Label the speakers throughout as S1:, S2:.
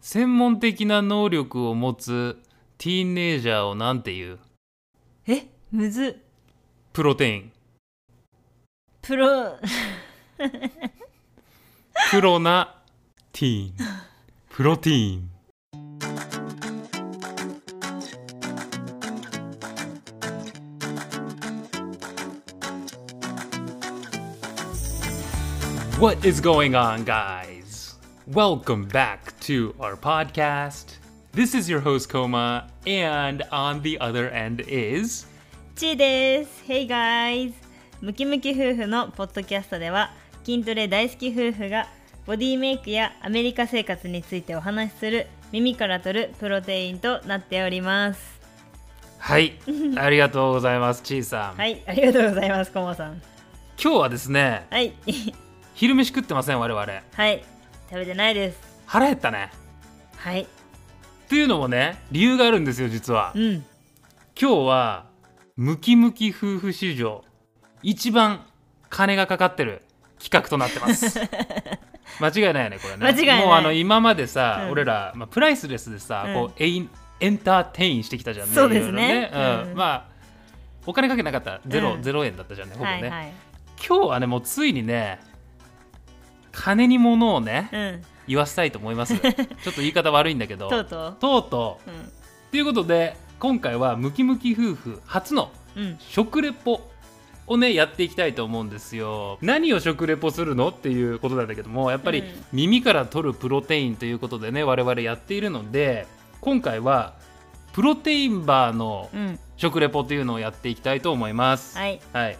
S1: 専門的な能力を持つティーンエイジャーをなんて言う
S2: えむずっ
S1: プロテイン
S2: プロ
S1: プロな ティーンプロテインWhat is going on, guys? Welcome back to our podcast. This is your host, Koma, and on the other end is.
S2: ちーです Hey guys ムキムキ夫婦のポッドキャストでは筋トレ大好き夫婦がボディメイクやアメリカ生活についてお話しする耳から取るプロテインとなっております
S1: はい、ありがとうございます、ちーさん。
S2: はいありがとうございますコモさん
S1: 今日はですね、
S2: はい
S1: 昼飯食ってません、我々。
S2: はい食べてないです
S1: 腹減ったね。
S2: はい
S1: っていうのもね、理由があるんですよ、実は
S2: う。ん
S1: 今日はムキムキ夫婦史上一番金がかかってる企画となってます 間違いないよねこれね
S2: 間違いない
S1: もうあの今までさ、
S2: うん
S1: 俺ら、まあ、プライスレスでさ、
S2: うん
S1: こうエインエンターテインしてきたじゃん
S2: そうですね
S1: いろいろねうん
S2: うん
S1: まあお金かけなかったゼロ、
S2: うん
S1: ゼロ円だったじゃんねほぼね、
S2: はいはい
S1: 今日はねもうついにね金に物をね、
S2: うん
S1: 言わせたいと思い ますちょっと言い方悪いんだけど
S2: とうと
S1: とうとう
S2: う
S1: ということで今回はムキムキ夫婦初の
S2: うんうん
S1: 食レポをねやっていきたいと思うんですよ何を食レポするのっていうことなんだけどもやっぱ
S2: う
S1: り
S2: ん
S1: 耳から取るプロテインということでね我々やっているので今回はプロテインバーの
S2: うん
S1: 食レポというのをやっていきたいと思います
S2: はい
S1: はい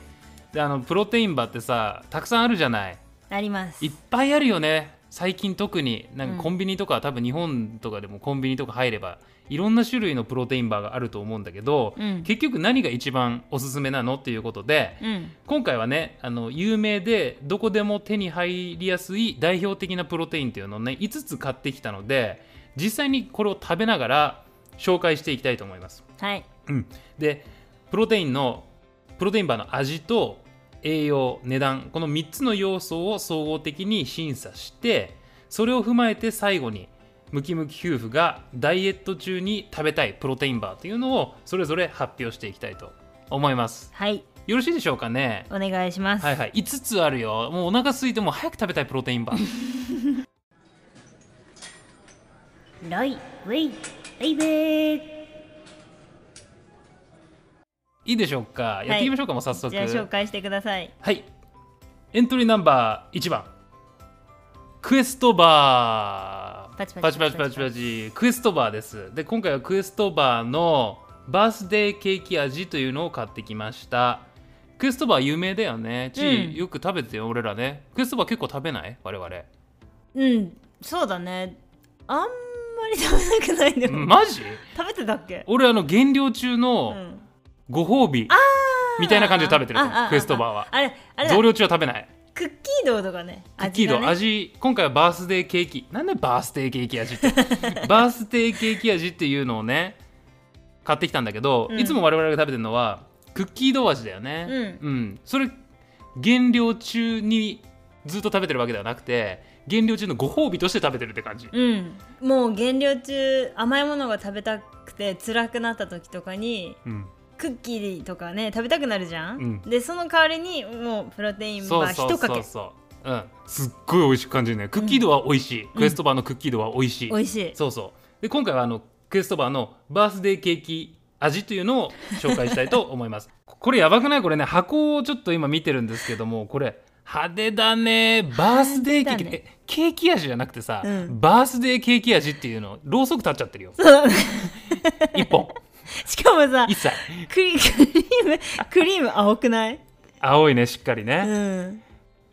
S1: であのプロテインバーってさたくさんあるじゃない
S2: あります
S1: いっぱいあるよね最近特になん
S2: うん
S1: かコンビニとか、多分日本とかでもコンビニとか入ればいろんな種類のプロテインバーがあると思うんだけど、
S2: うん
S1: 結局何が一番おすすめなのっていうことで
S2: うん
S1: 今回はねあの有名でどこでも手に入りやすい代表的なプロテインっていうのをね5つ買ってきたので実際にこれを食べながら紹介していきたいと思います。
S2: はい
S1: うん、でプロテインのプロテインバーの味と栄養値段この3つの要素を総合的に審査してそれを踏まえて最後にムキムキ夫婦がダイエット中に食べたいプロテインバーというのをそれぞれ発表していきたいと思います
S2: はい
S1: よろしいでしょうかね
S2: お願いします
S1: はいはい5つあるよもうお腹空いてもう早く食べたいプロテインバー
S2: ロイウェイベイベー
S1: いいでしょうかやっていきましょうか、もう早速
S2: じゃあ紹介してください
S1: はい。エントリーナンバー1番。クエストバー。
S2: パチパチ
S1: パチパチパチパチクエストバーです。で、今回はクエストバーのバースデーケーキ味というのを買ってきました。クエストバー有名だよね。ちー、
S2: うん
S1: よく食べてよ、俺らね。クエストバー結構食べない我々。
S2: うんそうだねあんまり食べたくないでも、
S1: マジ
S2: 食べてたっけ
S1: 俺、あの、減量中
S2: う
S1: の
S2: ん
S1: ご褒美みたいな感じで食べてる
S2: あああ
S1: クエストバーは。
S2: あれあれだ
S1: 増量中は食べない。
S2: クッキードーとかね
S1: クッキード
S2: 味がね
S1: 味,、今回はバースデーケーキなんでバースデーケーキ味って バースデーケーキ味っていうのをね買ってきたんだけど、
S2: うん
S1: いつも我々が食べてるのはクッキードー味だよねうん、それ減量中にずっと食べてるわけではなくて減量中のご褒美として食べてるって感じ、
S2: うんもう減量中甘いものが食べたくて辛くなった時とかに
S1: うん
S2: クッキーとかね食べたくなるじゃん、
S1: うん
S2: でその代わりにもうプロテイン
S1: そ
S2: バ
S1: う
S2: ー
S1: そ
S2: 一
S1: う
S2: か
S1: そう
S2: け
S1: そう、うん、すっごい美味しく感じるねクッキードーは美味しい、クエストバーのクッキードーは美味しい、
S2: 美味しい
S1: そうそうで今回はあのクエストバーのバースデーケーキ味というのを紹介したいと思います これやばくないこれね箱をちょっと今見てるんですけどもこれ派手だねバースデーケーキ、
S2: 派手だ
S1: えケーキ味じゃなくてさ、
S2: うん
S1: バースデーケーキ味っていうのろうそく立っちゃってるよ一本
S2: しかもさ
S1: 一切
S2: クリ クリームクリーム青くない
S1: 青いねしっかりね、
S2: うん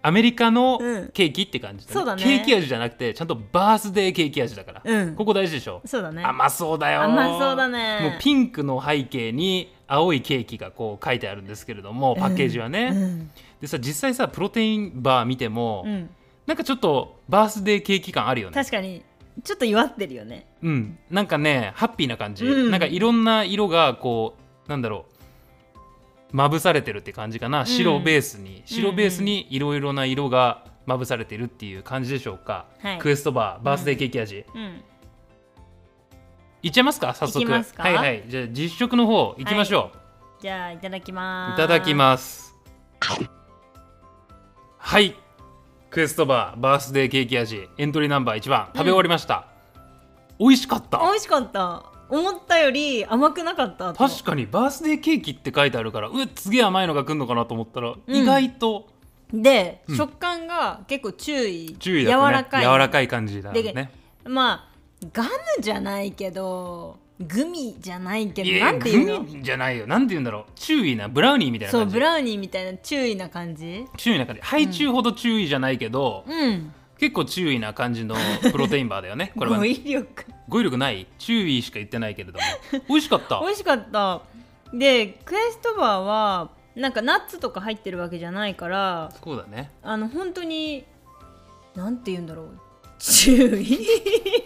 S1: アメリカの
S2: うん
S1: ケーキって感じだね,、
S2: そうだね
S1: ケーキ味じゃなくてちゃんとバースデーケーキ味だから、
S2: うん
S1: ここ大事でしょ
S2: そうだね
S1: 甘そうだよ
S2: 甘そうだね
S1: もうピンクの背景に青いケーキがこう書いてあるんですけれどもパッケージはね、
S2: うん
S1: でさ実際さプロテインバー見ても、
S2: うん、
S1: なんかちょっとバースデーケーキ感あるよね
S2: 確かにちょっと弱ってるよね
S1: うんなんかねハッピーな感じ、
S2: うん
S1: なんかいろんな色がこうなんだろうまぶされてるって感じかな白ベースに、白ベースにいろいろな色がまぶされてるっていう感じでしょうか、
S2: はい
S1: クエストバーバースデーケーキ味、
S2: うん
S1: いっちゃいますか早速
S2: いきますか
S1: はいはいじゃあ実食の方いきましょ
S2: じゃあいただき
S1: う、
S2: ま
S1: い、た
S2: す
S1: だきますはいクエストバーバースデーケーキ味エントリーナンバー1番食べ終わりました、美味しかった
S2: 美味しかった思ったより甘くなかったと
S1: 確かにバースデーケーキって書いてあるからうっすげえ甘いのが来るのかなと思ったら、
S2: ん
S1: 意外と
S2: で、
S1: うん
S2: 食感が結構注意
S1: 注意
S2: 柔
S1: だとね
S2: らかい
S1: 柔らかい感じだ
S2: で
S1: ね
S2: まあガムじゃないけどグミじゃないけ
S1: い
S2: ど
S1: や
S2: なんていう
S1: グ
S2: の
S1: ミじゃないよなんていうんだろう注意なブラウニーみたいな
S2: そう
S1: 感じ
S2: ブラウニーみたいな注意な感じ
S1: 注意な感じハイチュウほど注意じゃないけど、
S2: うん
S1: 結構注意な感じのプロテインバーだよねこれは
S2: 語
S1: ね
S2: 彙力
S1: 語彙力ない注意しか言ってないけれども美味しかった
S2: 美味しかったでクエストバーはなんかナッツとか入ってるわけじゃないから
S1: そうだね
S2: あの本当になんて言うんだろう注意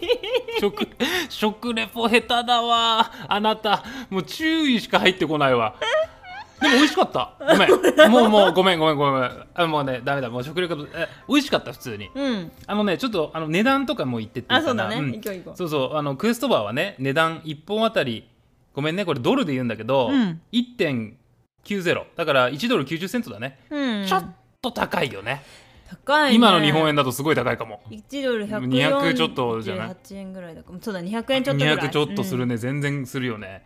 S1: 食食レポ下手だわあなたもう注意しか入ってこないわでも美味しかったご めんもうもうごめんごめんごめんあもうねダメだもう食レポえ美味しかった普通に
S2: うん
S1: あのねちょっとあの値段とかも言ってっていい
S2: あ
S1: か
S2: そう
S1: な
S2: だね、
S1: ん
S2: 行こう行こう
S1: そうそうあのクエストバーはね値段1本あたりごめんねこれドルで言うんだけど、
S2: うん
S1: 1.90だから1ドル90セントだね、
S2: うん
S1: ちょっと高いよね
S2: 高い、ね、
S1: 今の日本円だとすごい高いかも
S2: 1ドル
S1: 200ちょっとじゃない
S2: 148円ぐらいだかそうだ200円ちょっとぐらい
S1: 200ちょっとする
S2: うん
S1: ね、全然するよね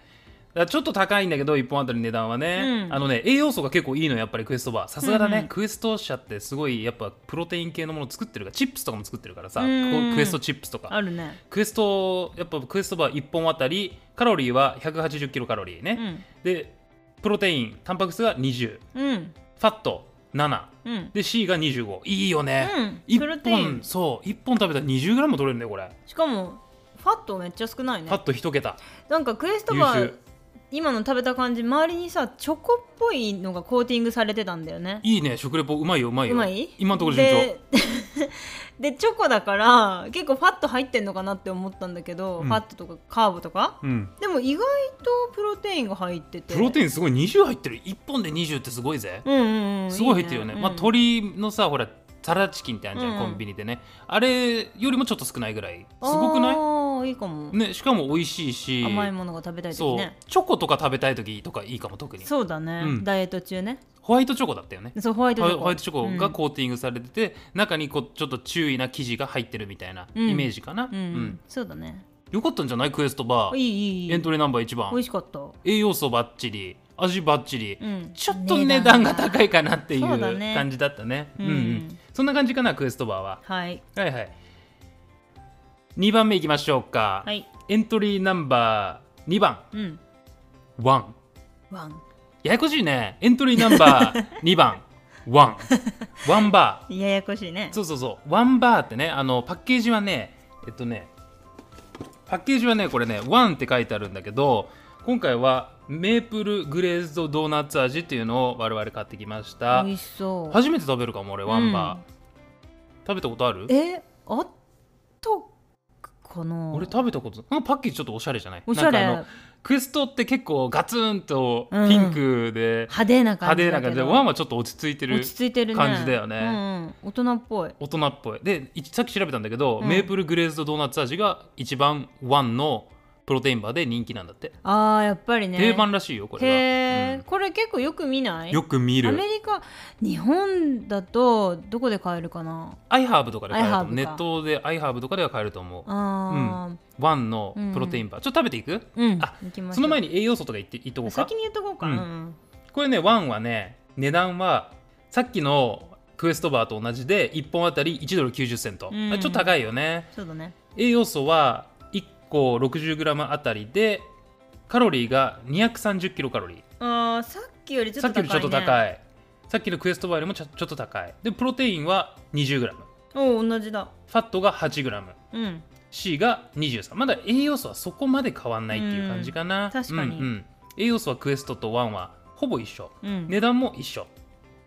S1: だからちょっと高いんだけど1本あたり値段はね、
S2: うん
S1: あのね栄養素が結構いいのよやっぱりクエストバーさすがだね、
S2: うんうん
S1: クエスト社ってすごいやっぱプロテイン系のもの作ってるからチップスとかも作ってるからさ、
S2: うんうん
S1: こうクエストチップスとか
S2: あるね
S1: クエストやっぱクエストバー1本あたりカロリーは180キロカロリー
S2: う
S1: ね、
S2: ん
S1: でプロテインタンパク質が20フ
S2: うん
S1: ァット7
S2: うん
S1: で C が25いいよね、
S2: うん
S1: 一
S2: プロテイン
S1: 本そう1本食べたら 20g も取れるんだよこれ、
S2: しかもファットめっちゃ少ない
S1: フ
S2: ね
S1: ァット1桁
S2: なんかクエスト
S1: 優
S2: バ
S1: 秀
S2: ー今の食べた感じ周りにさチョコっぽいのがコーティングされてたんだよね
S1: いいね食レポうまいようまいよ
S2: うまい
S1: 今のところ順調
S2: で でチョコだから結構ファット入ってんのかなって思ったんだけど、
S1: うん
S2: ファットとかカーブとか
S1: うん
S2: でも意外とプロテインが入ってて
S1: プロテインすごい20入ってる1本で20ってすごいぜ、
S2: うんうんうん、
S1: すごい入ってるよね
S2: うん
S1: まあ鶏のさほらサラチキンってあるじゃん、
S2: うん
S1: コンビニでねあれよりもちょっと少ないぐらいす
S2: あー
S1: ごくない
S2: いいかも、
S1: ね、しかも美味しいし
S2: 甘いものが食べたい時
S1: そう
S2: ね
S1: チョコとか食べたい時とかいいかも特に
S2: そうだね、
S1: うん
S2: ダイエット中ね
S1: ホワイトチョコだったよね
S2: そうホワイト
S1: ホ
S2: チ
S1: ワイ
S2: ョコ
S1: ホワイトチョコ
S2: う
S1: が
S2: ん
S1: コーティングされてて、中にこうちょっと注意な生地が入ってるみたいな
S2: うん
S1: イメージかな、
S2: うん
S1: うん
S2: そうだね
S1: よかったんじゃないクエストバ
S2: い
S1: ー
S2: いいいいい
S1: エントリーナンバー1
S2: 美味
S1: 番
S2: しかった、
S1: 栄養素ばっちり味ばっちり、
S2: うん、
S1: ちょっと値段が高
S2: い
S1: いかなっていう
S2: そうだね
S1: 感じだったね
S2: うん
S1: うんうんそんな感じかなクエストバーは
S2: はい
S1: はいはい2番目いきましょうか、
S2: はい
S1: エントリーナンバー2番
S2: うん
S1: ワン
S2: ワン
S1: ややこしいねエントリーナンバー2番ワ ンワンバ
S2: ややこしいね
S1: ーそうそうそうワンバーってねあのパッケージはねえっとねパッケージはねこれねワンって書いてあるんだけど今回はメープルグレーズドドーナツ味っていうのを我々買ってきました
S2: 美味しそう
S1: 初めて食べるかも俺ワンバー、食べたことある
S2: えあったかな
S1: 俺食べたことなんかパッケージちょっとおしゃれじゃない
S2: おしゃ
S1: なん
S2: れ
S1: かあの
S2: 派
S1: クエストって結構ガツンと
S2: うん
S1: ピンクで
S2: 手な
S1: 派
S2: 感じ
S1: 手
S2: だ
S1: な
S2: け
S1: 感じ
S2: ど
S1: で、ワンはちょっと落ち着いてる
S2: 落ち着いてるね
S1: 感じだよね
S2: うんうん、大人っぽい
S1: 大人っぽいでいさっき調べたんだけど、
S2: うん
S1: メープルグレーズドドーナツ味が一番ワンのプロテインバーで人気なんだって、
S2: あーやっぱりね
S1: 定番らしいよこ
S2: へえ、
S1: れは、
S2: これ結構よく見な
S1: う
S2: い
S1: んよく見
S2: ア
S1: る
S2: メリカ日本だとどこで買えるかな
S1: アイハーブとかで買えると思う
S2: iHerb
S1: ネ
S2: か
S1: ットでアイハーブとかでは買えると思う
S2: あー
S1: ワンのプロテインバー、ちょっと食べていく
S2: うん、
S1: あ
S2: 行きましょう
S1: その前に栄養素とか言っていっとこうか
S2: 先に言っとこうか、
S1: う
S2: うんん
S1: これねワンはね値段はさっきのクエストバーと同じで1本あたり1ドル90セント、
S2: うん
S1: あちょっと高いよね
S2: そうだね
S1: 栄養素は1個 60g あたりでカロリーが230キロカロリー、
S2: あーさっきよりちょっ
S1: さ
S2: と
S1: っき
S2: 高
S1: よ
S2: い、ね、
S1: りちょっと高いさっきのクエストバーよりもちょちょっと高いでプロテインは 20g フ
S2: おお同じだ
S1: ァットが 8gC
S2: うん
S1: が23まだ栄養素はそこまで変わんないっていう感じかな、
S2: ん確かに
S1: うんうん栄養素はクエストとワンはほぼ一緒、
S2: うん、
S1: 値段も一緒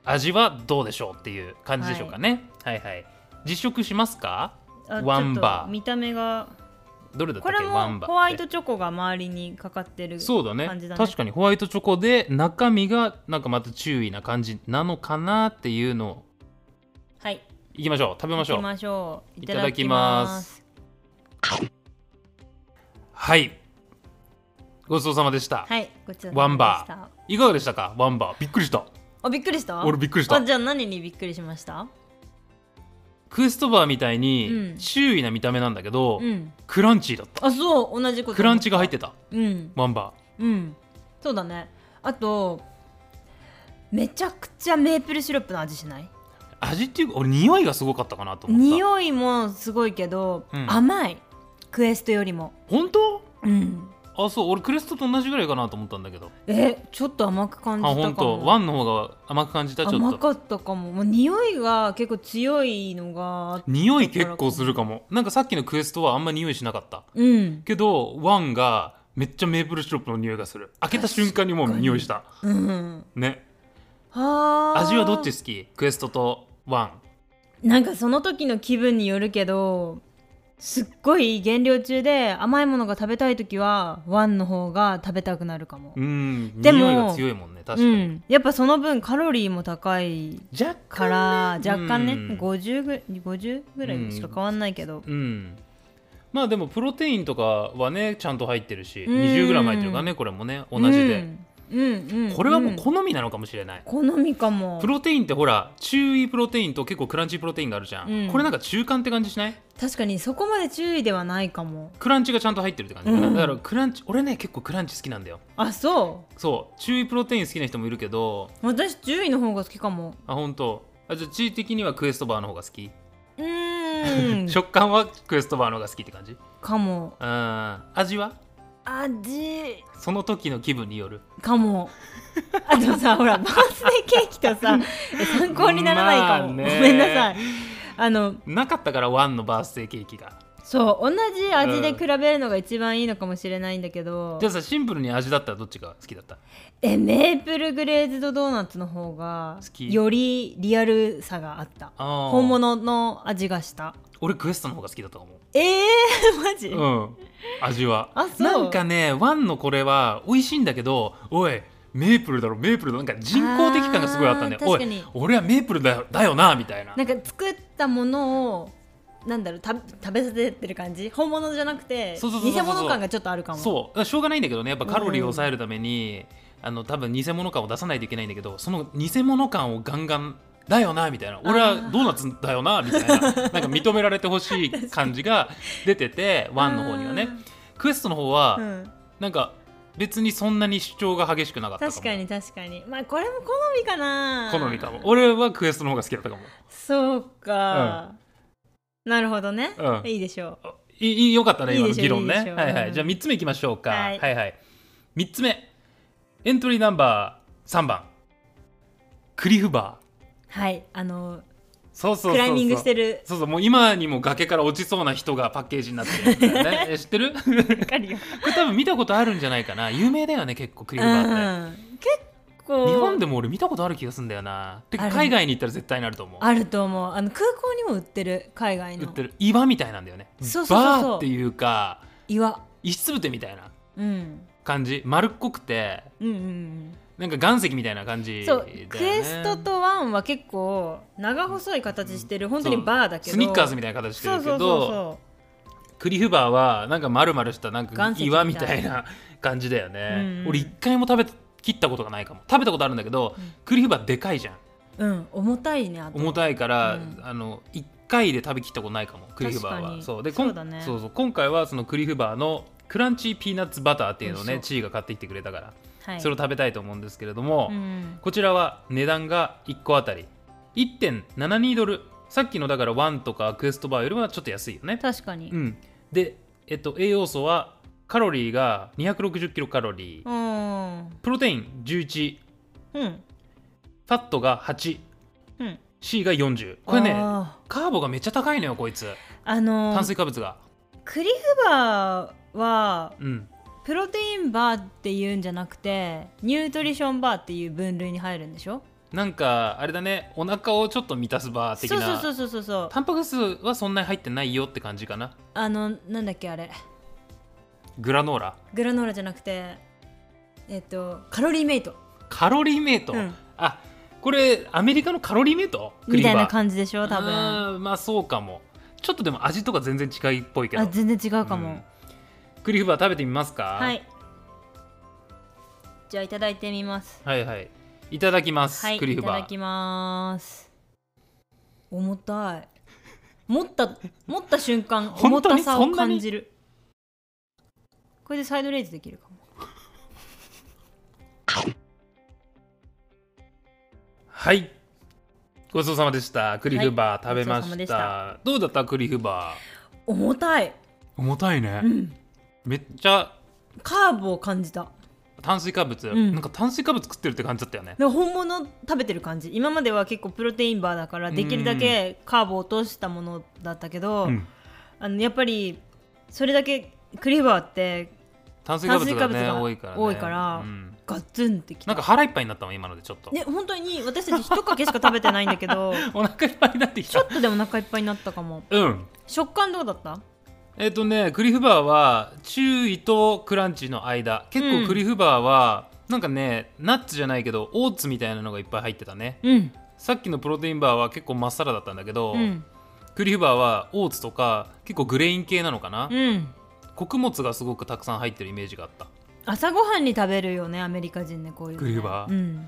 S1: 味はどうでしょうっていう感じでしょうかね、はい、はい実食しますか
S2: あ
S1: ワンバー
S2: ちょっと見た目が
S1: どれだった
S2: こ
S1: っ
S2: れ
S1: けワン
S2: も
S1: バーって
S2: ホワイトチョコが周りにかかってる
S1: そうだね
S2: 感じだね
S1: 確かにホワイトチョコで中身がなんかまた注意な感じなのかなっていうのを
S2: はい
S1: いきましょう食べまし
S2: 行
S1: ょ
S2: き
S1: う
S2: ましょう
S1: いただきますはいごちそうさまでした、
S2: はいごちそうさまでした
S1: ワンバーいかがでしたかワンバーびっくりした
S2: あびっくりした
S1: 俺びっくりした
S2: あじゃあ何にびっくりしました
S1: クエストバーみたいうに
S2: ん
S1: 周囲な見た目なんだけど、
S2: うん
S1: クランチーだった
S2: あそう同じこと
S1: クランチが入っててた
S2: うん
S1: ワンバ
S2: うんそうだねあとめちゃくちゃメープルシロップの味しない
S1: ー味っていうか俺匂いがすごかったかなと思った
S2: 匂いもすごいけど、
S1: うん
S2: 甘いクエストよりも
S1: 本当
S2: うん
S1: あそう俺クレストと同じぐらいかなと思ったんだけど
S2: えちょっと甘く感
S1: あ
S2: じたかも
S1: 本当ワンの方が甘く感じたちょ
S2: 甘
S1: っと
S2: かったかももう匂いが結構強いのが
S1: 匂い結構するかもなんかさっきのクエストはあんま匂いしなかった
S2: うん
S1: けどワンがめっちゃメープルシロップの匂いがする開けた瞬間にもう匂いした
S2: うん
S1: ね
S2: はあ
S1: 味はどっち好きクエストとワン
S2: なんかその時の気分によるけどすっごい減量中で甘いものが食べたい時はワンの方が食べたくなるかも、
S1: うん
S2: でも
S1: 匂いが強いもんね確か
S2: う
S1: に、
S2: んやっぱその分カロリーも高い
S1: 若干
S2: から
S1: ね
S2: 若干ね、
S1: うん
S2: 50, ぐ50ぐらいしか変わんないけど、
S1: うんまあでもプロテインとかはねちゃんと入ってるし
S2: うん
S1: 20g 入ってるからねこれもね同じで、
S2: うん、うんうん
S1: これはもう好みなのかもしれない、
S2: 好みかも
S1: プロテインってほら中位プロテインと結構クランチプロテインがあるじゃん、
S2: うん
S1: これなんか中間って感じしない
S2: 確かにそこまで注意ではないかも
S1: クランチがちゃんと入ってるって感じ、
S2: うん
S1: だからクランチ俺ね結構クランチ好きなんだよ
S2: あそ
S1: そう中位プロテイン好きな人もいるけど
S2: う私注意の方が好きか も
S1: あ本当あじゃあ地位的にはクエストバーの方が好き、
S2: うーん
S1: 食感はクエストバーの方が好きって感じ
S2: かも
S1: うん味は
S2: 味
S1: その時の気分による
S2: かもあでも さほらバースデーケーキとさえ参考にならないか
S1: ま
S2: も、
S1: あね
S2: ごめんなさいあの
S1: なかったからワンのバースデーケーキが
S2: そう同じ味で比べるのが一番いいのかもしれないんだけど、
S1: じゃあさシンプルに味だったらどっちが好きだった
S2: えメープルグレーズドドーナツの方が
S1: 好き
S2: よりリアルさがあった
S1: あー
S2: 本物の味がした
S1: 俺クエストの方が好きだったかも
S2: えー、マジ、
S1: うん味は
S2: あそう
S1: なんかねワンのこれは美味しいんだけどおいメープルだろメープルだろなんか人工的感がすごいあったんだよ
S2: あー
S1: お
S2: 確か
S1: い
S2: に
S1: 俺はメープルだよだよなみたいな
S2: なんか作ったものをなんだろうた食べさせてる感じ本物じゃなくて
S1: そうそうそうそうそう
S2: 偽物感がちょっとあるかも
S1: そうだからしょうがないんだけどねやっぱカロリーを抑えるために、あの多分偽物感を出さないといけないんだけどその偽物感をガンガンだよなみたいな俺はドーナツだよなみたい ななんか認められてほしい感じが出ててワンの方にはねクエストの方は、
S2: あーうん
S1: なんか別にそんなに主張が激しくなかったかも
S2: 確かに確かにまあこれも好みかな
S1: 好みかも俺はクエストの方が好きだったかも
S2: そうか、なるほどね、
S1: うん
S2: いいでしょ
S1: あいいいいよかったね
S2: いい
S1: 今の
S2: でしょ
S1: 議論ね
S2: いいでしょ
S1: はいは
S2: う
S1: い
S2: ん
S1: じゃあ3つ目いきましょうかは
S2: はいい
S1: はい3つ目エントリーナンバー3番クリフバー
S2: うはいあの
S1: そうそうそうそう
S2: クライミングしてる
S1: そうそうもう今にも崖から落ちそうな人がパッケージになってるやつだよ ねえ知ってるこ
S2: わかるよ、
S1: れ多分見たことあるんじゃないかな有名だよね結構クリ
S2: う
S1: フバーって
S2: ん、結構
S1: 日本でも俺見たことある気がするんだよなてか
S2: ある
S1: 海外に行ったら絶対になると思う
S2: あると思うあの空港にも売ってる海外
S1: 売
S2: の
S1: ってる岩みたいなんだよね
S2: そうそうそうそう
S1: バーっていうか
S2: 岩、
S1: 石つぶてみたいな
S2: うん、
S1: 感じ丸っこくて
S2: うんうんうん
S1: なんか岩石みたいな感じだ
S2: そ
S1: よ
S2: う、
S1: ね
S2: クエストとワンは結構長細い形してる本当にバーだけど
S1: スニッカーズ
S2: み
S1: みたいな形して
S2: そう
S1: るけ
S2: そ
S1: ど
S2: うそうそ
S1: クリフバーはなんか丸々したなん
S2: 岩
S1: か
S2: 石みたい
S1: 岩みたいな感じだよね、
S2: うん
S1: 俺一回も食べ切ったことがないかも食べたことあるんだけど、
S2: うん
S1: クリフバーでかいじゃん
S2: ううん重たいねあと
S1: 重たいから、
S2: うん
S1: あの1回で食べきったことないかもクリフバ
S2: 確
S1: ー
S2: か
S1: は
S2: に
S1: そうでこん
S2: そうだね
S1: そうそう今回はそのクリフバーのクランチーピーナッツバターっていうのを
S2: 美
S1: ね
S2: 味し
S1: チーが買ってきてくれたから、
S2: はい、
S1: それを食べたいと思うんですけれども、
S2: うん
S1: こちらは値段が1個あたり1.72ドルさっきのだからワンとかクエストバーよりはちょっと安いよね
S2: 確かに
S1: う、んで、えっと、栄養素はカロリーが260キロカロリー
S2: うん、
S1: プロテイン11フ
S2: うん
S1: ァットが 8C
S2: うん
S1: が40これね
S2: あ
S1: カーボがめっちゃ高いのよこいつ
S2: ーあの
S1: 炭水化物が
S2: クリフバーは
S1: うん
S2: プロテインバーっていうんじゃなくてニュートリションバーっていう分類に入るんでしょ
S1: なんかあれだねお腹をちょっと満たすバー的
S2: そう
S1: な
S2: そうそうそうそう
S1: タンパク質はそんなに入ってないよって感じかな
S2: あのなんだっけあれ
S1: グラノーラ
S2: グラノーラじゃなくてえっとカロリーメイト
S1: カロリーメイト、
S2: うん
S1: あこれアメリカのカロリーメイトク
S2: み
S1: リーバ
S2: た
S1: ー
S2: いな感じでしょ多分あ
S1: あーまあそうかもちょっとでも味とか全然違いっぽいけど
S2: 全然違うか
S1: う
S2: も
S1: ん、クリフバー食べてみますか
S2: はいじゃあいただいてみます
S1: はいはいいただきます、
S2: はい
S1: クリ
S2: い
S1: フ
S2: た
S1: バ
S2: だ
S1: ー
S2: きます重たい持った持った瞬間重
S1: 本当
S2: た
S1: に
S2: さ
S1: そ
S2: を
S1: んなに
S2: 感じるこれでサイドレイズできるかも
S1: はいごちそうさまでしたクリフバー、
S2: はい
S1: 食べま
S2: ごちそうさま
S1: し
S2: で
S1: た
S2: した
S1: どうだったクリフバ
S2: 重たい
S1: ー重たいね、
S2: うん
S1: めっちゃ
S2: カーブを感じた
S1: 炭水化物、
S2: うん
S1: なんか炭水化物食ってるって感じだったよね
S2: で本物食べてる感じ今までは結構プロテインバーだからできるだけカーブを落としたものだったけど、
S1: うん
S2: あのやっぱりそれだけクリーバーって
S1: 炭水化物が,、
S2: 炭
S1: ね、
S2: 水化物が
S1: 多いから、ね、
S2: 多いから
S1: うん
S2: ガッツンってき
S1: な
S2: た
S1: んか腹いっぱいになったもん今のでちょっと、
S2: ね本当に私たち一かけしか食べてないんだ けど
S1: お腹いっぱいになってき
S2: ちょ
S1: た
S2: っとでもお腹いっぱいになったかも
S1: うん
S2: 食感どうだった
S1: えっ、とねクリフバーは注意とクランチの間結
S2: うん
S1: 構クリフバーは、なんかねナッツじゃないけどオーツみたいなのがいっぱい入ってたね
S2: うん
S1: さっきのプロテインバーは結構まっさらだったんだけど、
S2: うん
S1: クリフバーはオーツとか結構グレイン系なのかな、
S2: うん
S1: 穀物がすごくたくさん入ってるイメージがあった
S2: 朝ごはんに食べるよねアメリカ人ねこういうのね
S1: クリーバー
S2: うん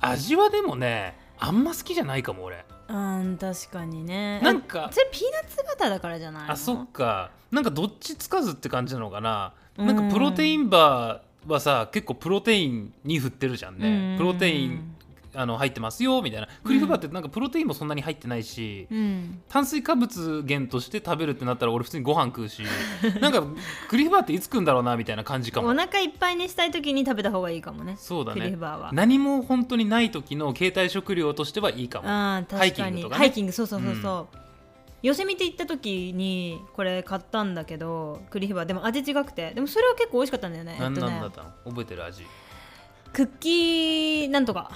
S1: 味はでもねあんま好きじゃないかも俺
S2: うん確かにね
S1: なんか
S2: それピーナッツバターだからじゃないの
S1: あそっかなんかどっちつかずって感じなのかな、
S2: うん
S1: なんかプロテインバーはさ結構プロテインに振ってるじゃんね、
S2: うん
S1: プロテインあの入ってますよみたいなクリフバーってなんかプロテインもそんなに入ってないし、
S2: うん
S1: 炭水化物源として食べるってなったら俺普通にご飯食う しなんかクリフバーっていつ食うんだろうなみたいな感じか
S2: お
S1: も
S2: 腹いっぱいにしたい時に食べた方がいいかもね
S1: そうだ
S2: クリ
S1: ね
S2: ーバーは
S1: 何も本当にない時の携帯食料としてはいいかも
S2: あー
S1: ハイ
S2: 確
S1: キ
S2: か
S1: ング
S2: に
S1: とかね
S2: ハイキングそうそうそうそう、寄せ見て行った時にこれ買ったんだけどクリフバーでも味違くてでもそれは結構美味しかったんだよね
S1: 何なん
S2: え
S1: だ
S2: っ
S1: っ
S2: とね、
S1: たの覚えてる味
S2: クッキーなんとか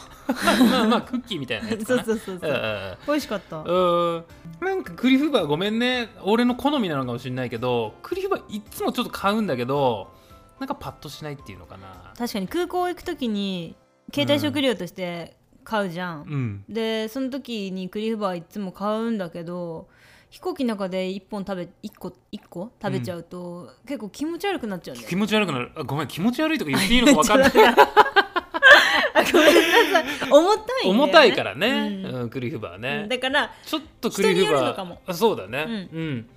S1: まあまあクッキーみたいなやつか
S2: そう
S1: な
S2: そうそうそううん
S1: うんうん
S2: 美味しかった
S1: うーんなんかクリフバーごめんね俺の好みなのかもしれないけどクリフバーいつもちょっと買うんだけどなんかパッとしないっていうのかな
S2: 確かに空港行く時に携帯食料として買うじゃん、
S1: うん
S2: でその時にクリフバーいつも買うんだけど飛行機の中で1本食べ一個一個食べちゃうと、結構気持ち悪くなっちゃうんだよね
S1: 気持ち悪くなるあごめん気持ち悪いとか言っていいのか分かん ない
S2: あごめんなさい重たいんだよ、ね、
S1: 重たいからね、
S2: うん
S1: うんクリフバーね、
S2: うんだから
S1: ちょっとクリ
S2: 人に
S1: フ
S2: よるの
S1: バ
S2: かも
S1: ーあそうだねうん、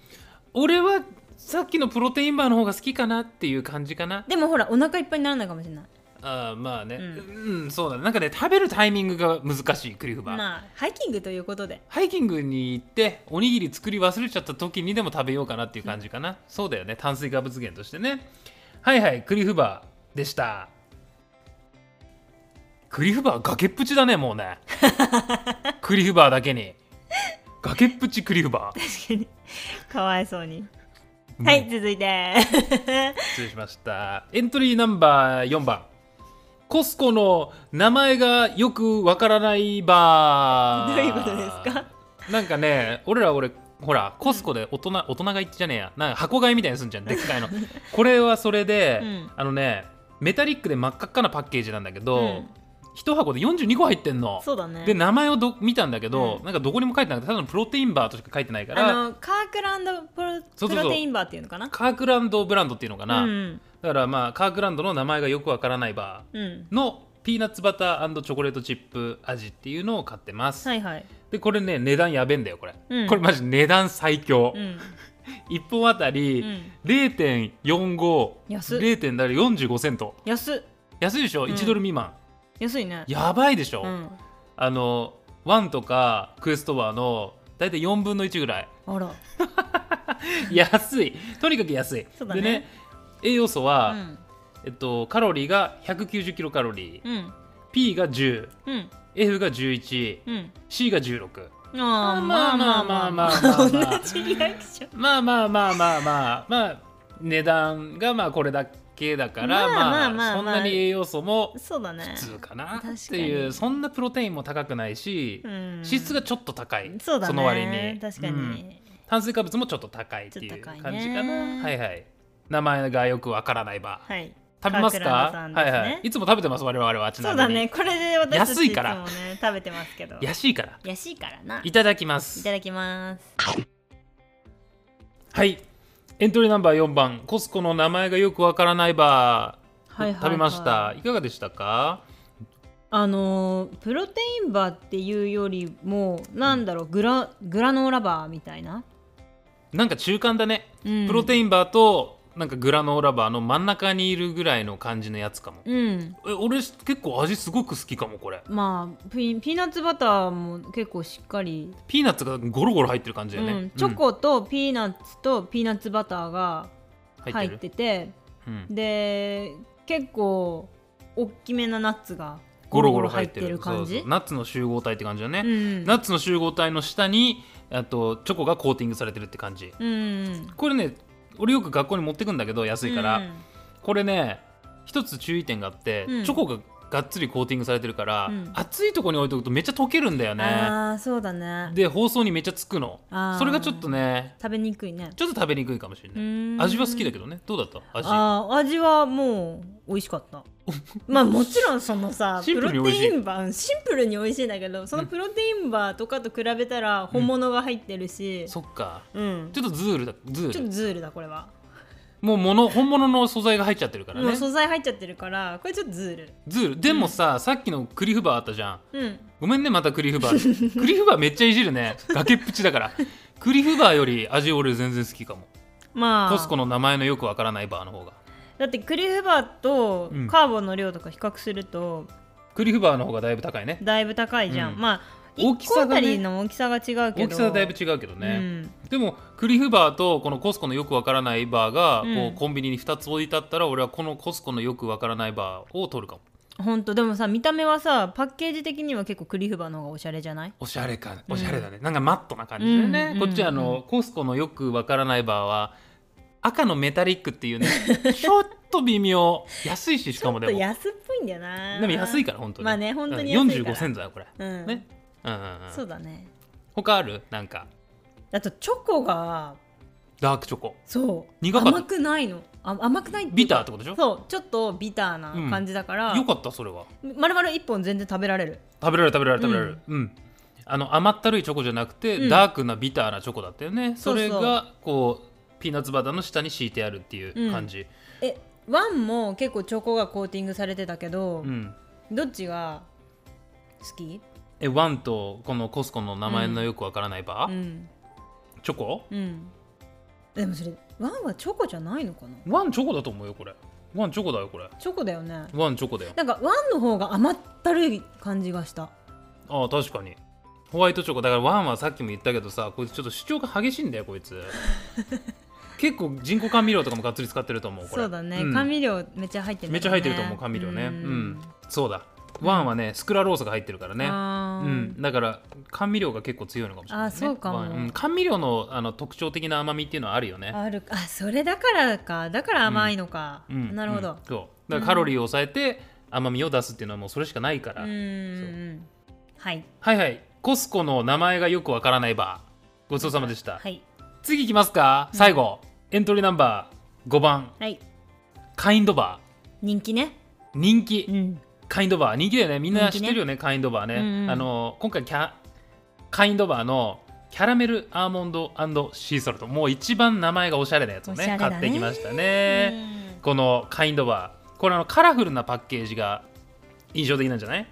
S1: 俺はさっきのプロテインバーの方が好きかなっていう感じかな
S2: でもほらお腹いっぱいにならないかもしれない
S1: あーまあね
S2: う
S1: うんん、そうだねなんかね食べるタイミングが難しいクリフバー、
S2: まあハイキングということで
S1: ハイキングに行っておにぎり作り忘れちゃった時にでも食べようかなっていう感じかな、そうだよね炭水化物源としてねはいはいクリフバーでしたクリフバー崖っぷちだねもう ねクリフバーだけに崖っぷちクリフバー
S2: 確かにかわいそうに はい
S1: もう
S2: 続いて
S1: 失礼しましたエントリーナンバー4番コスコの名前がよくわからないバー
S2: どういうことですか
S1: なんかね俺ら俺ほらコスコで大人大人買いってじゃねえやなんか箱買いみたいにすんじゃんでっかいのこれはそれで、
S2: うん
S1: あのねメタリックで真っ赤っかなパッケージなんだけ
S2: う
S1: ど、
S2: ん
S1: 一箱で42個入ってんの
S2: そうだね
S1: で名前をど見たんだけど、
S2: うん
S1: なんかどこにも書いてなくてただのプロテインバーとしか書いてないか
S2: あ
S1: ら
S2: のカークランドプロ
S1: そうそう
S2: プロテインバーっていうのかな
S1: カークランドブランドっていうのかな、
S2: うん
S1: だからまあカークランドの名前がよくわからないバ
S2: うん、うん
S1: ーのピーナッツバターチョコレートチップ味っていうのを買ってます、
S2: はいはい、
S1: でこれね値段やべえんだよこれ、
S2: うん
S1: これマジ値段最強、
S2: うん
S1: 1本あた
S2: う
S1: り、
S2: ん、
S1: 0.45
S2: 安っ
S1: 0. だから45セント
S2: 安っ
S1: 安いでしょ、
S2: うん
S1: 1ドル未満
S2: 安いね
S1: やばいでしょ、
S2: うん、
S1: あのワンとかクエストバーの大体4分の1ぐらい
S2: あら
S1: 安いとにかく安い
S2: そうだね
S1: でね栄養素は、
S2: うん
S1: えっと、カロリーが190キロカロリー、
S2: うん
S1: P が 10F
S2: うん
S1: が 11C
S2: うん
S1: が16
S2: あー
S1: まあまあまあまあまあまあ
S2: 同じリアクション
S1: まあまあまあまあまあまあ値段がまあこれだけだから
S2: まあま
S1: ま
S2: あまあ
S1: あそんなに栄養素も
S2: そうだね
S1: 普通かな
S2: 確
S1: って
S2: か
S1: い
S2: に
S1: うそんなプロテインも高くないし、
S2: うん
S1: 脂質がちょっと高い
S2: そうだね
S1: の割に
S2: 確か
S1: うん
S2: に、
S1: 炭水化物もちょっと高いってい
S2: ちょっ
S1: う
S2: と高
S1: 感
S2: い
S1: じ
S2: ね
S1: かなはいはい名前がよくわからないバー
S2: はい
S1: 食べます
S2: 川
S1: か
S2: 倉さんで
S1: は
S2: すね
S1: いはいいつも食べてます我々はちな
S2: そ
S1: み
S2: う
S1: に
S2: だねこれで私たち
S1: 安いから
S2: つもね食べてますけど
S1: 安いから
S2: 安いからない
S1: ただきます
S2: いただきます
S1: はいエントリーナンバー4番コスコの名前がよくわからないバー
S2: はいはいはい
S1: 食べましたいかがでしたか
S2: あのープロテインバーっていうよりもなんだろうグラグラノーラバーみたいな、
S1: なんか中間だね
S2: うん、
S1: プロテ
S2: イ
S1: インバーとなんかグラノーラバーの真ん中にいるぐらいの感じのやつかも、
S2: うん
S1: え俺結構味すごく好きかもこれ
S2: まあピピーナッツバターも結構しっかり、
S1: ピーナッツがゴロゴロ入ってる感じだよね、
S2: うん、チョコとピーナッツとピーナッツバターが
S1: うん
S2: 入
S1: 入っ
S2: ってて
S1: る、
S2: て
S1: うん
S2: で結構大きめなナッツが
S1: ゴロゴロ入ってる
S2: 感じ
S1: そうそうナッツの集合体って感じだね、
S2: うん
S1: ナッツの集合体の下にあとチョコがコーティングされてるって感じ
S2: うん
S1: これね俺よく学校に持ってくんだけど安いから、
S2: うん
S1: これね一つ注意点があって、
S2: うん
S1: チョコががっつりコーティングされてるから、
S2: うん
S1: 熱いとこに置いておくとめっちゃ溶けるんだよね
S2: ああそうだね
S1: で包装にめっちゃつくの
S2: あー
S1: それがちょっとね
S2: 食べにくいね
S1: ちょっと食べにくいかもしれない、味
S2: 味
S1: は好きだ
S2: ど
S1: けどねどうだった味
S2: あー味はもう美味しかった まあもちろんそのさ
S1: シン
S2: プ
S1: プ
S2: ロ
S1: ルに
S2: テ
S1: 美味し
S2: イ
S1: い
S2: ンバーうんシンプルに美味しいんだけどそのプロテインバーとかと比べたら本物が入ってるし、
S1: そっか
S2: うん
S1: ちょっとズールだズ
S2: ちょ
S1: ー
S2: っ
S1: ル
S2: とズールだこれは、
S1: もう物本物の素材が入っちゃってるから
S2: もう
S1: ね
S2: 素材入っちゃってるからこれちょっとズール
S1: ズールでもさ、さっきのクリフバーあったじゃん
S2: うん
S1: ごめんねまたクリフバ ークリフバーめっちゃいじるね崖っぷちだからクリフバーより味俺全然好きかも
S2: まあ
S1: コスコの名前のよくわからないバーの方が
S2: だってクリフバーと
S1: うん
S2: カーボンの量とか比較すると
S1: クリフバーの方がだいぶ高いね
S2: だいぶ高いじゃん、
S1: うん
S2: まあ
S1: 大
S2: 1
S1: き
S2: 個
S1: さ
S2: あ
S1: がね
S2: たりの大きさが違うけど
S1: 大きさはだいぶ違うけど
S2: う
S1: ね、
S2: ん
S1: でもクリフバーとこのコスコのよくわからないバーが
S2: うん
S1: こうコンビニに2つ置いてあったら俺はこのコスコのよくわからないバーを取るかも
S2: ほんとでもさ見た目はさパッケージ的には結構クリフバーの方がおしゃれじゃない
S1: おしゃれか
S2: うん
S1: おしゃれだね、なんかマットな感じだよね、
S2: うん
S1: こっちはあ
S2: うんう
S1: のコスコのよくわからないバーは赤のメタリックっていうね ちょっと微妙安いししかもで
S2: ちょっ
S1: も
S2: と安っぽいんだよな
S1: でも安いから本当に
S2: まあね本当に安いから
S1: 45セントだよこれ、
S2: うん、
S1: ねうんうんうん
S2: そうだね
S1: 他あるなんか
S2: あとチョコが
S1: ダークチョコ
S2: そう
S1: 苦かった
S2: 甘くないのあ甘くないってい
S1: ビ
S2: うか
S1: ターってことでしょ
S2: そうちょっとビターな感じだから、
S1: よかったそれは
S2: 丸々1本全然食べられる
S1: 食べられる食べられる食べられるうん、あの甘ったるいチョコじゃなくて、
S2: うん
S1: ダークなビターなチョコだったよねそ
S2: そ
S1: う
S2: そう
S1: れがこうピーナッツバターの下に敷いてあるっていう感じ
S2: えワンも結構チョコがコーティングされてたけど、
S1: うん、
S2: どっちが好き
S1: えワンとこのコスコの名前のよくわからないバー、
S2: うん
S1: チョコ
S2: うんでもそれワンはチョコじゃないのかな
S1: ワンチョコだと思うよこれワンチョコだよこれ
S2: チョコだよね
S1: ワンチョコだよ
S2: なんかワンの方が甘ったるい感じがした
S1: ああ確かにホワイトチョコだからワンはさっきも言ったけどさこいつちょっと主張が激しいんだよこい つ結構人工甘味料とかもがっつり使ってると思うこれ
S2: そうだね、
S1: ん
S2: 甘味料めっちゃ入ってるん
S1: め
S2: だ
S1: っちゃ
S2: ろう
S1: 入っ
S2: ね、
S1: てると思う甘味料ねうん、
S2: うん
S1: そうだワンはねスクラロースが入ってるからね
S2: あ
S1: う
S2: ー
S1: ん、だから甘味料が結構強いのかもしれない、ね、
S2: あそうかも
S1: ワンうん甘味料のあの特徴的な甘みっていうのはあるよね
S2: あるあそれだからかだから甘いのか、
S1: うん、
S2: なるほ
S1: うん
S2: ど
S1: そうだからカロリーを抑えて甘みを出すっていうのはもうそれしかないか
S2: う
S1: ら、
S2: んうんはい
S1: はいはいコスコの名前がよくわからないバーごちそうさまでした、
S2: はい
S1: 次いきますか最後、エントリーナンバー5番
S2: はい
S1: カインドバ
S2: 人気ね
S1: ー人気、
S2: うん
S1: カインドバー人気だよねみんな知ってるよねカインドバーね、
S2: うんうん
S1: あの今回キャカインドバーのキャラメルアーモンドシーソルトもう一番名前がおしゃれなやつを
S2: お
S1: ね
S2: しゃれだね
S1: 買ってきましたね、このカインドバーこれあのカラフルなパッケージが印象的なんじゃない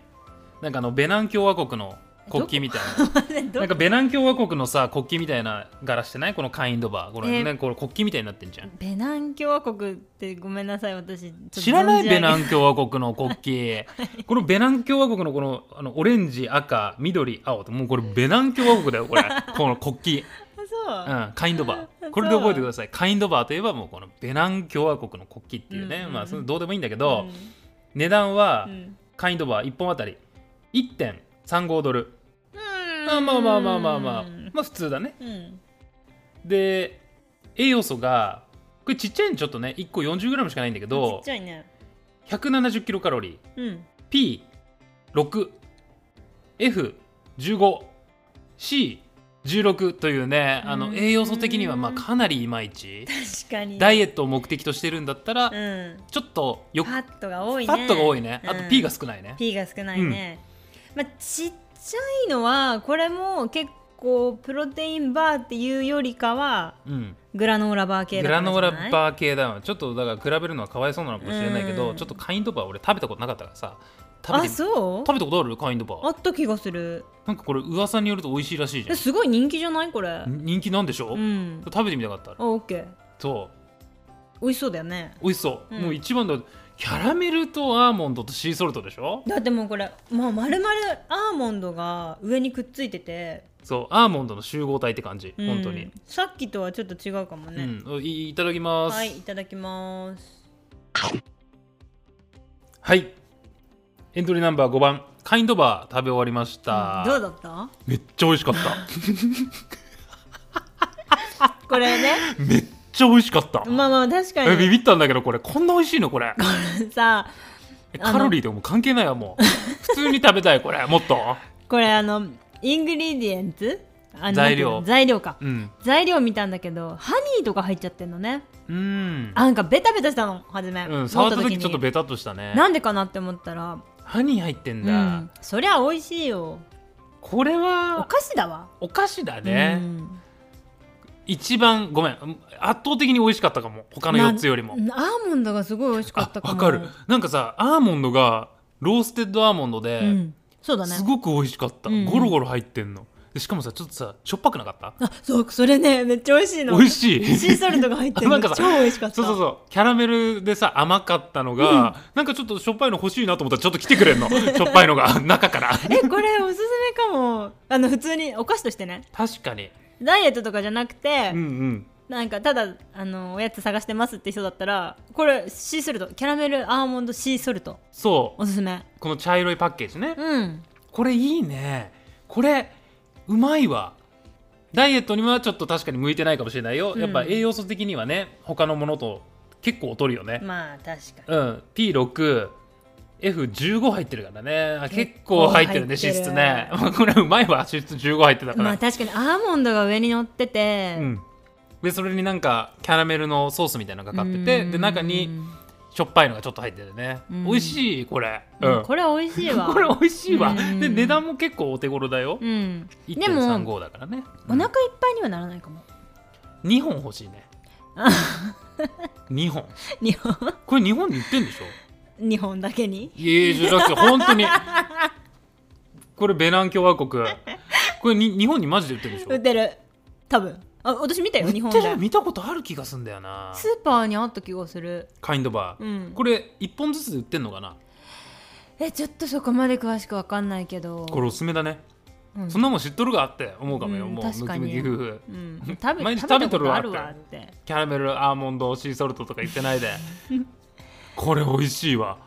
S1: なんかあのベナン共和国の国旗みたいな
S2: うん ど
S1: なんかベナン共和国のさ国旗みたいな柄してないこのカインドバーこれ、
S2: えー
S1: なんかこれ国旗みたいになってんじゃん
S2: ベナン共和国ってごめんなさい私ちょっと
S1: 知らな
S2: 存
S1: い
S2: じ上
S1: ベ
S2: げ
S1: ナン共和国の国旗、 このベナン共和国のこのあのオレンジ赤緑青ってもうこれベナン共和国だよこ れこの国
S2: あそう、
S1: 旗、うん、カインドバーこれで覚えてくださいカインドバーといえばもうこのベナン共和国の国旗っていうね、
S2: うんうん
S1: まあそのどうでもいいんだけど、
S2: うん
S1: 値段は
S2: うん
S1: カインドバー1本あたり1.35ドル、
S2: うん
S1: あまあまあまあまあまあ
S2: うん
S1: まあ普通だね
S2: うん
S1: で栄養素がこれちっちゃいのちょっとね1個 40g しかないんだけ
S2: ち
S1: ど
S2: っちゃいね
S1: 170キロカロリー
S2: うん
S1: P6F15C16 というねあ
S2: う
S1: の
S2: ん
S1: 栄養素的にはまあかなりいまいち
S2: 確かに
S1: ダ
S2: イ
S1: イエットを目的としてるんだったら
S2: うん
S1: ちょっとよく
S2: フ
S1: フ
S2: ァットが多いね
S1: ァットが多いねあ
S2: う
S1: と
S2: ん
S1: P が少ないね
S2: P が少ないね、まあちっちゃいのはこれも結こうプロテインバーっていうよりかは
S1: うん、
S2: グラノーラバー系
S1: グ
S2: だ
S1: ラ
S2: からじゃ
S1: ノ
S2: な
S1: ー
S2: い
S1: ラバー系だよちょっとだから比べるのはかわいそうなのかもしれないけど、
S2: うん
S1: ちょっとカインドバー俺食べたことなかったからさ食べ
S2: あ
S1: て
S2: そう
S1: 食べたことあるカインドバ
S2: あ
S1: ー
S2: った気がする
S1: なんかこれ噂によると美味しいらしいじゃ
S2: えすごい人気じゃないこれ
S1: ん人気なんでしょ、
S2: うん
S1: 食べてみたかった
S2: あオッケー
S1: そう
S2: 美味しそうだよね
S1: 美味しそう、
S2: うん
S1: もう一番だキャラメルとアーモンドとシーソルトでしょ
S2: だってもうこれもう丸々アーモンドが上にくっついてて、
S1: そうアーモンドの集合体って感じ、
S2: うん
S1: 本当に、
S2: さっきとはちょっと違うかもね、
S1: うんいいただきます
S2: はいいただきます
S1: はいエントリーナンバー5番カインドバー食べ終わりました、
S2: どうだった
S1: めっちゃ美味しかった
S2: これね
S1: めっちゃ美味しかった、
S2: まあまあ確か
S1: えビ
S2: に
S1: ビったんだけどこれこんな美味しいのこれ
S2: さ
S1: え
S2: あの
S1: カロリーとかもう関係ないわ もう普通に食べたいこれもっと
S2: これあのイングリディエンツあの
S1: 材料
S2: なんていうの材料か
S1: うん
S2: 材料見たんだけどハニーとか入っちゃってんのね
S1: うん
S2: あなんかベタベタしたの初め、
S1: う
S2: 持
S1: ん、触った
S2: 時
S1: 時
S2: に
S1: ちょっとベタっとしたね
S2: なんでかなって思ったら、
S1: ハニー入ってん
S2: う
S1: だ、
S2: ん、そりゃ美味しいよ
S1: これ
S2: お
S1: は
S2: 菓子だわ
S1: お菓子だね、
S2: うん
S1: 一番ごめん圧倒的に美味しかったかも他の
S2: な
S1: 4つよりも
S2: アーモンドがすごい美味しかったかも
S1: あわかるなんかさアーモンドがローステッドアーモンドで、
S2: うん、そうだね
S1: すごく美味しかった、
S2: うん
S1: ゴロゴロ入ってんのでしかもさちょっとさしょっぱくなかった
S2: あそうそれねめっちゃ美味しいの
S1: 美味しい
S2: シーソルトが入って る
S1: あな
S2: の
S1: んかさ
S2: 超美味しかった
S1: そうそうそうキャラメルでさ甘かったのが、なんかちょっとしょっぱいの欲しいなと思ったらちょっと来てくれん のしょっぱいのが中から
S2: えこれおすすめかもあの普通にお菓子としてね
S1: 確かに
S2: ダイエットとかじゃなくて、
S1: うんうん
S2: なんかただあのおやつ探してますって人だったらこれシーソルトキャラメルアーモンドシーソルト
S1: そう
S2: おすすめ
S1: この茶色いパッケージね、
S2: うん
S1: これいいねこれうまいわダイエットにはちょっと確かに向いてないかもしれないよ、
S2: うん
S1: やっぱ栄養素的にはね他のものと結構劣るよね、
S2: まあ確か
S1: う
S2: に
S1: ん P6F15 入ってるからねあ結構入ってるね
S2: 結
S1: 脂
S2: 構入って
S1: 質
S2: る
S1: ねこれうまいわ脂質15入ってたから、
S2: まあ確かにアーモンドが上に乗ってて、
S1: うん、でそれになんかキャラメルのソースみたいなのがかかってて
S2: うん
S1: で中にしょっぱいのがちょっと入ってるね、
S2: うん
S1: 美味しいこれ、
S2: う
S1: うんん
S2: これ美味しい わ
S1: これ美味しいわ、
S2: うん
S1: で値段も結構お手頃だよ、
S2: うんでも
S1: 1.35だからね
S2: お腹いっぱいにはならないかも。
S1: 2本欲しいね
S2: あ
S1: 2本
S2: 日本
S1: これ日本で売ってんでしょ
S2: 日本だけに。
S1: いやいやだって本当にこれベナン共和国これに日本にマジで売ってるでしょ
S2: 売ってる。多分。あ、私見たよ日
S1: 売
S2: 本
S1: っ
S2: で。
S1: て
S2: ス
S1: る見たことある気がすんだよな
S2: ーパーにあった気がする。
S1: カインドバー、
S2: うん。
S1: これ1本ずつで売ってんのかな
S2: え、ちょっとそこまで詳しくわかんないけど。
S1: これおすすめだね、
S2: うん
S1: そんなもん知っとるかって思うかもよ、
S2: うん
S1: もうム
S2: 確か
S1: キ
S2: に
S1: ムキ夫婦
S2: うん。食べ
S1: 毎日
S2: 食べ
S1: 食べと
S2: たこ
S1: る
S2: と
S1: わ
S2: あるわって。
S1: キャラメルアーモンドシーソルトとか言って ないでこれ美味しいわ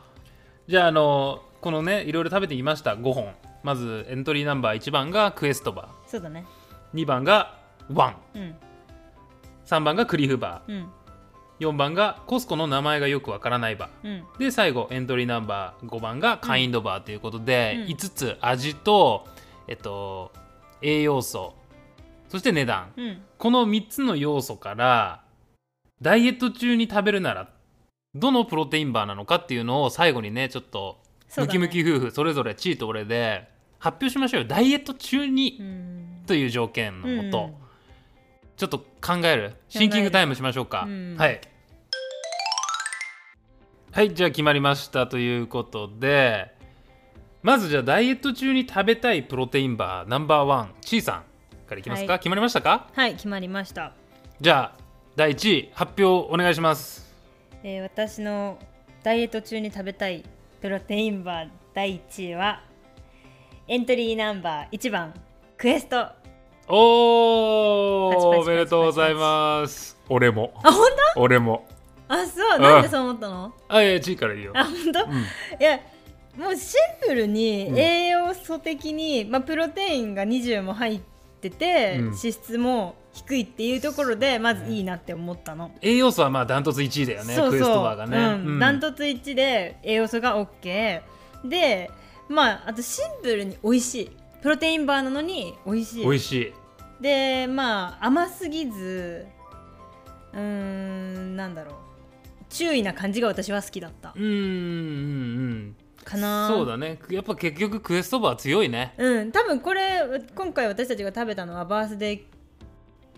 S1: じゃああのこのねいろいろ食べてみました5本まずエントリーナンバー1番がクエストバ
S2: そうだね。
S1: ー2番がワン
S2: うん
S1: 3番がクリフバ
S2: うん
S1: ー4番がコスコの名前がよくわからないバー
S2: うん。
S1: で最後エントリーナンバー5番がカインドバーということで、
S2: うん
S1: 5つ味と、えっと、栄養素そして値段
S2: うん。
S1: この3つの要素からダイエット中に食べるならどのプロテインバーなのかっていうのを最後にねちょっと
S2: そ
S1: ム
S2: うだ
S1: キ
S2: ね
S1: ムキ夫婦それぞれチーと俺で発表しましょうよダイエット中
S2: う
S1: に
S2: ん。
S1: という条件のもと、
S2: うん
S1: ちょっと考えるシンキングタイムしましょうか、
S2: うん
S1: はいはいじゃあ決まりましたということでまずじゃあダイエット中に食べたいプロテインバーナンバーワンちーさんからいきますか、
S2: はい
S1: 決まりましたか
S2: はい、決まりました。
S1: じゃあ第1位発表お願いします
S2: えー私のダイエット中に食べたいプロテインバー第1位はエントリーナンバー1番クエストあ
S1: お
S2: パチパチパチパチ
S1: ーおめでとうございます俺も
S2: 本
S1: 俺も
S2: 当あそう
S1: うん
S2: なんでそう思ったの
S1: あいや1位からいいよ
S2: あ本当、
S1: うん
S2: いやもうシンプルに
S1: うん
S2: 栄養素的に、まあ、プロテインが20も入ってて、
S1: うん
S2: 脂質も低いっていうところでまずいいなって思ったの、
S1: 栄養素はまあダントツ1位だよねクエストバーがね、
S2: うん
S1: うん
S2: ダントツ1で栄養素が OK でまああとシンプルに美味しいプロテインバーなのに美味しい
S1: 美味しい
S2: でまあ甘すぎずうーんなんだろう注意な感じが私は好きだった
S1: うんうんうん
S2: かな
S1: そうだねやっぱ結局クエストバー強いね
S2: うん多分これ今回私たちが食べたのはバースデー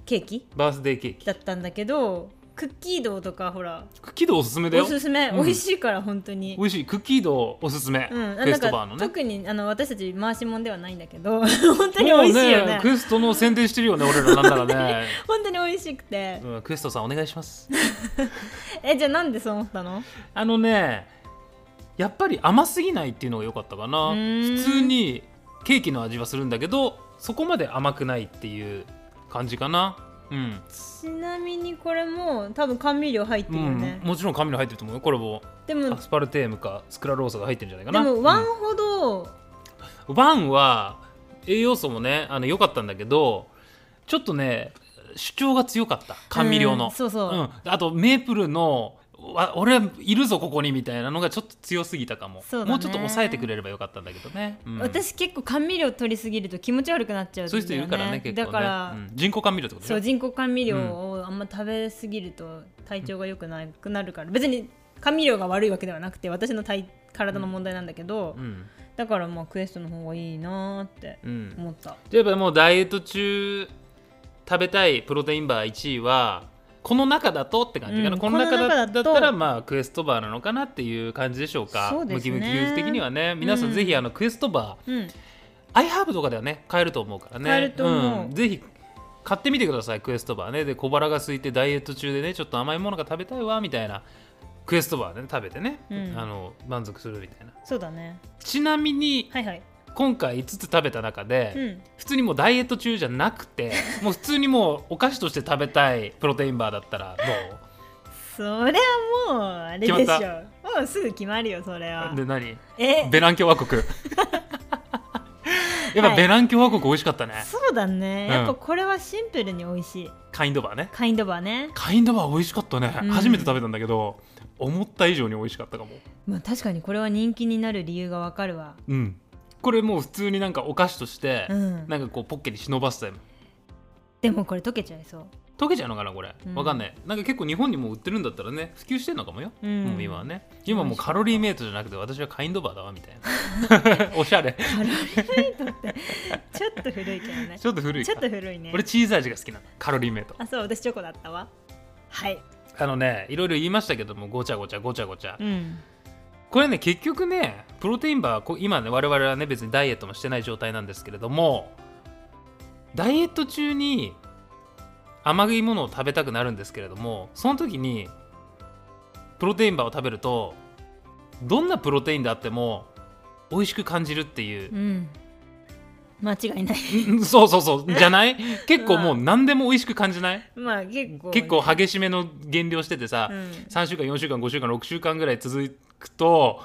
S2: ケーキ
S1: バースデーケーキ
S2: だったんだけどクッキードーとかほら
S1: クッキードおすすめだ
S2: お
S1: よ
S2: すすめ、
S1: うん
S2: 美味しいから本当に
S1: 美味しいクッキードおすすめ、
S2: うん、
S1: クエストバーの
S2: な
S1: ね
S2: んか特にあの私たち回しもんではないんだ けど本当に美味しいよね
S1: もうクエストの宣伝してるよね俺らなんなら ね、
S2: 本当に美味しくて、
S1: うん、クエストさんお願いします
S2: えじゃあなんでそう思ったの
S1: あのねやっぱり甘すぎないっていうのが良かったかな
S2: うーん
S1: 普通にケーキの味はするんだけどそこまで甘くないっていう感じかなうん、
S2: ちなみにこれも多分甘味料入って
S1: う
S2: るよ
S1: ん
S2: ね、、
S1: もちろん甘味料入ってると思うよこれも
S2: でも
S1: アスパルテームかスクラローサが入ってるんじゃないか
S2: で
S1: な
S2: もワン
S1: うん
S2: ほど、
S1: ワンは栄養素もねあの良かったんだけどちょっとね主張が強かった甘味料の、
S2: うんそうそう、
S1: うん、あとメープルのわ俺いるぞここにみたいなのがちょっと強すぎたかも、
S2: そうだね
S1: もうちょっと抑えてくれればよかったんだけどね、うん
S2: 私結構甘味料取りすぎると気持ち悪くなっちゃうん
S1: そ
S2: だよね
S1: ういう人いるからね結構ね
S2: だから、
S1: うん人工甘味料ってこと
S2: そう
S1: ね
S2: 人工甘味料をあんま食べすぎると体調が良くなくなるから別に甘味料が悪いわけではなくて私の体体の問題なんだけど、
S1: うん
S2: だからまあクエストの方がいいなーって
S1: うん
S2: 思った、
S1: 例えばもうダイエット中食べたいプロテインバー1位はこの中だとって感じかな、
S2: うん
S1: この中
S2: この
S1: だ
S2: 中だ
S1: だ
S2: と
S1: ったらまあクエストバーなのかなっていう感じでしょうか
S2: そうですね
S1: ムキムキユース的にはね皆さ
S2: うんん
S1: ぜひあのクエストバー、
S2: うん、
S1: アイハーブとかではね買えると思うからね
S2: 買えると思うん
S1: ぜひ買ってみてくださいクエストバーねで小腹が空いてダイエット中でねちょっと甘いものが食べたいわみたいなクエストバーね食べてね、
S2: うん
S1: あの満足するみたいな
S2: そうだね
S1: ちなみに
S2: はいはい、
S1: 今回5つ食べた中で、
S2: うん、
S1: 普通にもうダイエット中じゃなく てもう普通にもうお菓子として食べたいプロテインバーだったら
S2: それはもうあれでしょ
S1: 決まっ
S2: もうすぐ決まるよそれ
S1: ど
S2: は
S1: うで何
S2: え
S1: ベラン共和 国やっ
S2: は
S1: ぱ
S2: い
S1: ベラン共和国美味しかったね、
S2: そうだね、
S1: うん
S2: やっぱこれはシンプルに美味しい
S1: カインドバーね
S2: カインドバーね
S1: カインドバー美味しかったね、
S2: うん
S1: 初めて食べたんだけど思った以上に美味しかったかも
S2: まあ確かにこれは人気になる理由がわかるわ
S1: うんこれもう普通になんかお菓子として、
S2: うん
S1: なんかこうポッケに忍ばせたよ
S2: でもこれ溶けちゃいそう
S1: 溶けちゃうのかなこれ、
S2: うん
S1: わかんないなんか結構日本にも売ってるんだったらね普及してんのかもよ、
S2: うん
S1: もう今はね今もうカロリーメイトじゃなくて私はカインドバーだわみたいな おしゃれ
S2: カロリーメイトって ちょっと古いけどね
S1: ちょっと古い
S2: ち
S1: か
S2: ょっと古いね
S1: 俺チーズ味が好きなのカロリーメイト
S2: あそう私チョコだったわはい
S1: あのねいろいろ言いましたけどもごちゃごちゃごちゃごちゃ、
S2: うん
S1: これね結局ねプロテインバーこう今ね我々はね別にダイエットもしてない状態なんですけれどもダイエット中に甘いものを食べたくなるんですけれどもその時にプロテインバーを食べるとどんなプロテインであっても美味しく感じるっていう
S2: う、ん間違 いない
S1: うんそうそうそうじゃない結構もう何でも美味しく感じない
S2: まあ結構ね、
S1: 結構激しめの減量しててさ、
S2: うん
S1: 3週間4週間5週間6週間ぐらい続くと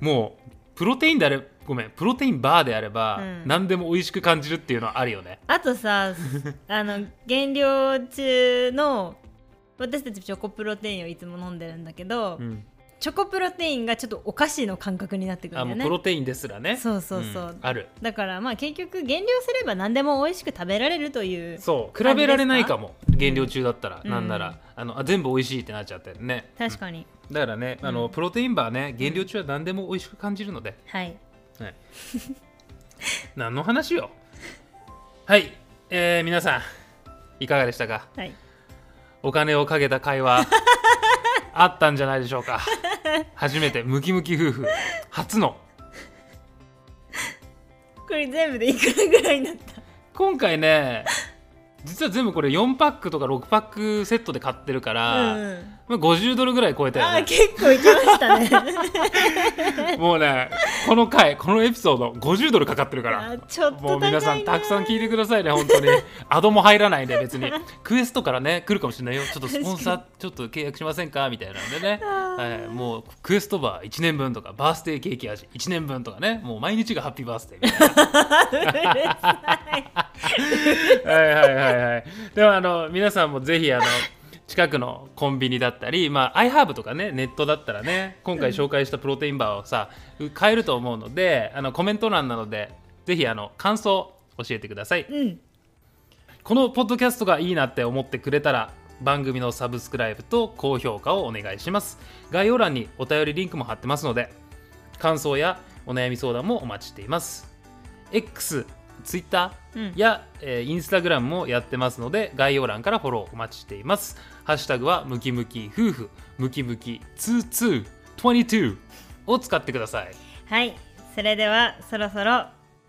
S1: もうプロテインであれごめんプロテインバーであれば、
S2: うん
S1: 何でも美味しく感じるっていうのはあるよね
S2: あと さあの減量中の私たちチョコプロテインをいつも飲んでるんだけど、
S1: うん
S2: チョコプロテインがちょっとお菓子の感覚になってくる
S1: あ
S2: んだ
S1: も
S2: よ
S1: う
S2: ね
S1: プロテインですらね
S2: そうそうそう、
S1: んある
S2: だからまあ結局減量すれば何でも美味しく食べられるという
S1: そう比
S2: 感じですか
S1: べられないかも減量中だったら、
S2: うん
S1: なんならあのあ全部美味しいってなっちゃってね
S2: 確かに、
S1: だからねあの、
S2: うん
S1: プロテインバーね減量中は何でも美味しく感じるので、
S2: はい
S1: はい、 何の話よはい、えー皆さんいかがでしたか
S2: はい
S1: お金をかけた会 話あったんじゃないでしょうか初めてムキムキ夫婦初の
S2: これ全部でいくらぐらいになった
S1: 今回ね実は全部これ4パックとか6パックセットで買ってるから、
S2: うんうん
S1: まあ、50ドルぐらい超えた
S2: あ
S1: よ
S2: ー結構いきましたね
S1: ねもうねこの回このエピソード50ドルかかってるから
S2: あちょっと高いね
S1: もう皆さんたくさん聞いてくださいね本当にアドも入らないんで別 にクエストからね来るかもしれないよちょっとスポンサーちょっと契約しませんかみたいなのでね、はい、もうクエストバー1年分とかバースデーケーキ味1年分とかねもう毎日がハッピーバースデーみたいな
S2: うるさい
S1: はいはいはいはいでもあの皆さんもぜひあの近くのコンビニだったり、まあ、iHerb とかねネットだったらね今回紹介したプロテインバーをさ買えると思うのであのコメント欄なのでぜひあの感想教えてください
S2: うん
S1: このポッドキャストがいいなって思ってくれたら番組のサブスクライブと高評価をお願いします概要欄にお便りリンクも貼ってますので感想やお悩み相談もお待ちしています X、Twitter
S2: うん
S1: や、えー、インスタグラムもやってますので概要欄からフォローお待ちしていますハッシュタグはムキムキ夫婦ムキムキ2222を使ってください
S2: はいそれではそろそろ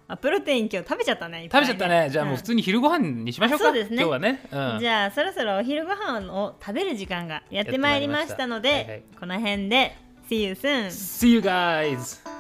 S2: あプロテイン今日食べちゃったねいぱい
S1: 食べちゃったねじゃあもう普通に昼ご飯にしましょうか、
S2: あそうですね
S1: 今日はね、うん、
S2: じゃあそろそろお昼ご飯を食べる時間がやってまいりましたので
S1: やってまいりま
S2: この辺で See you soon!
S1: See you guys!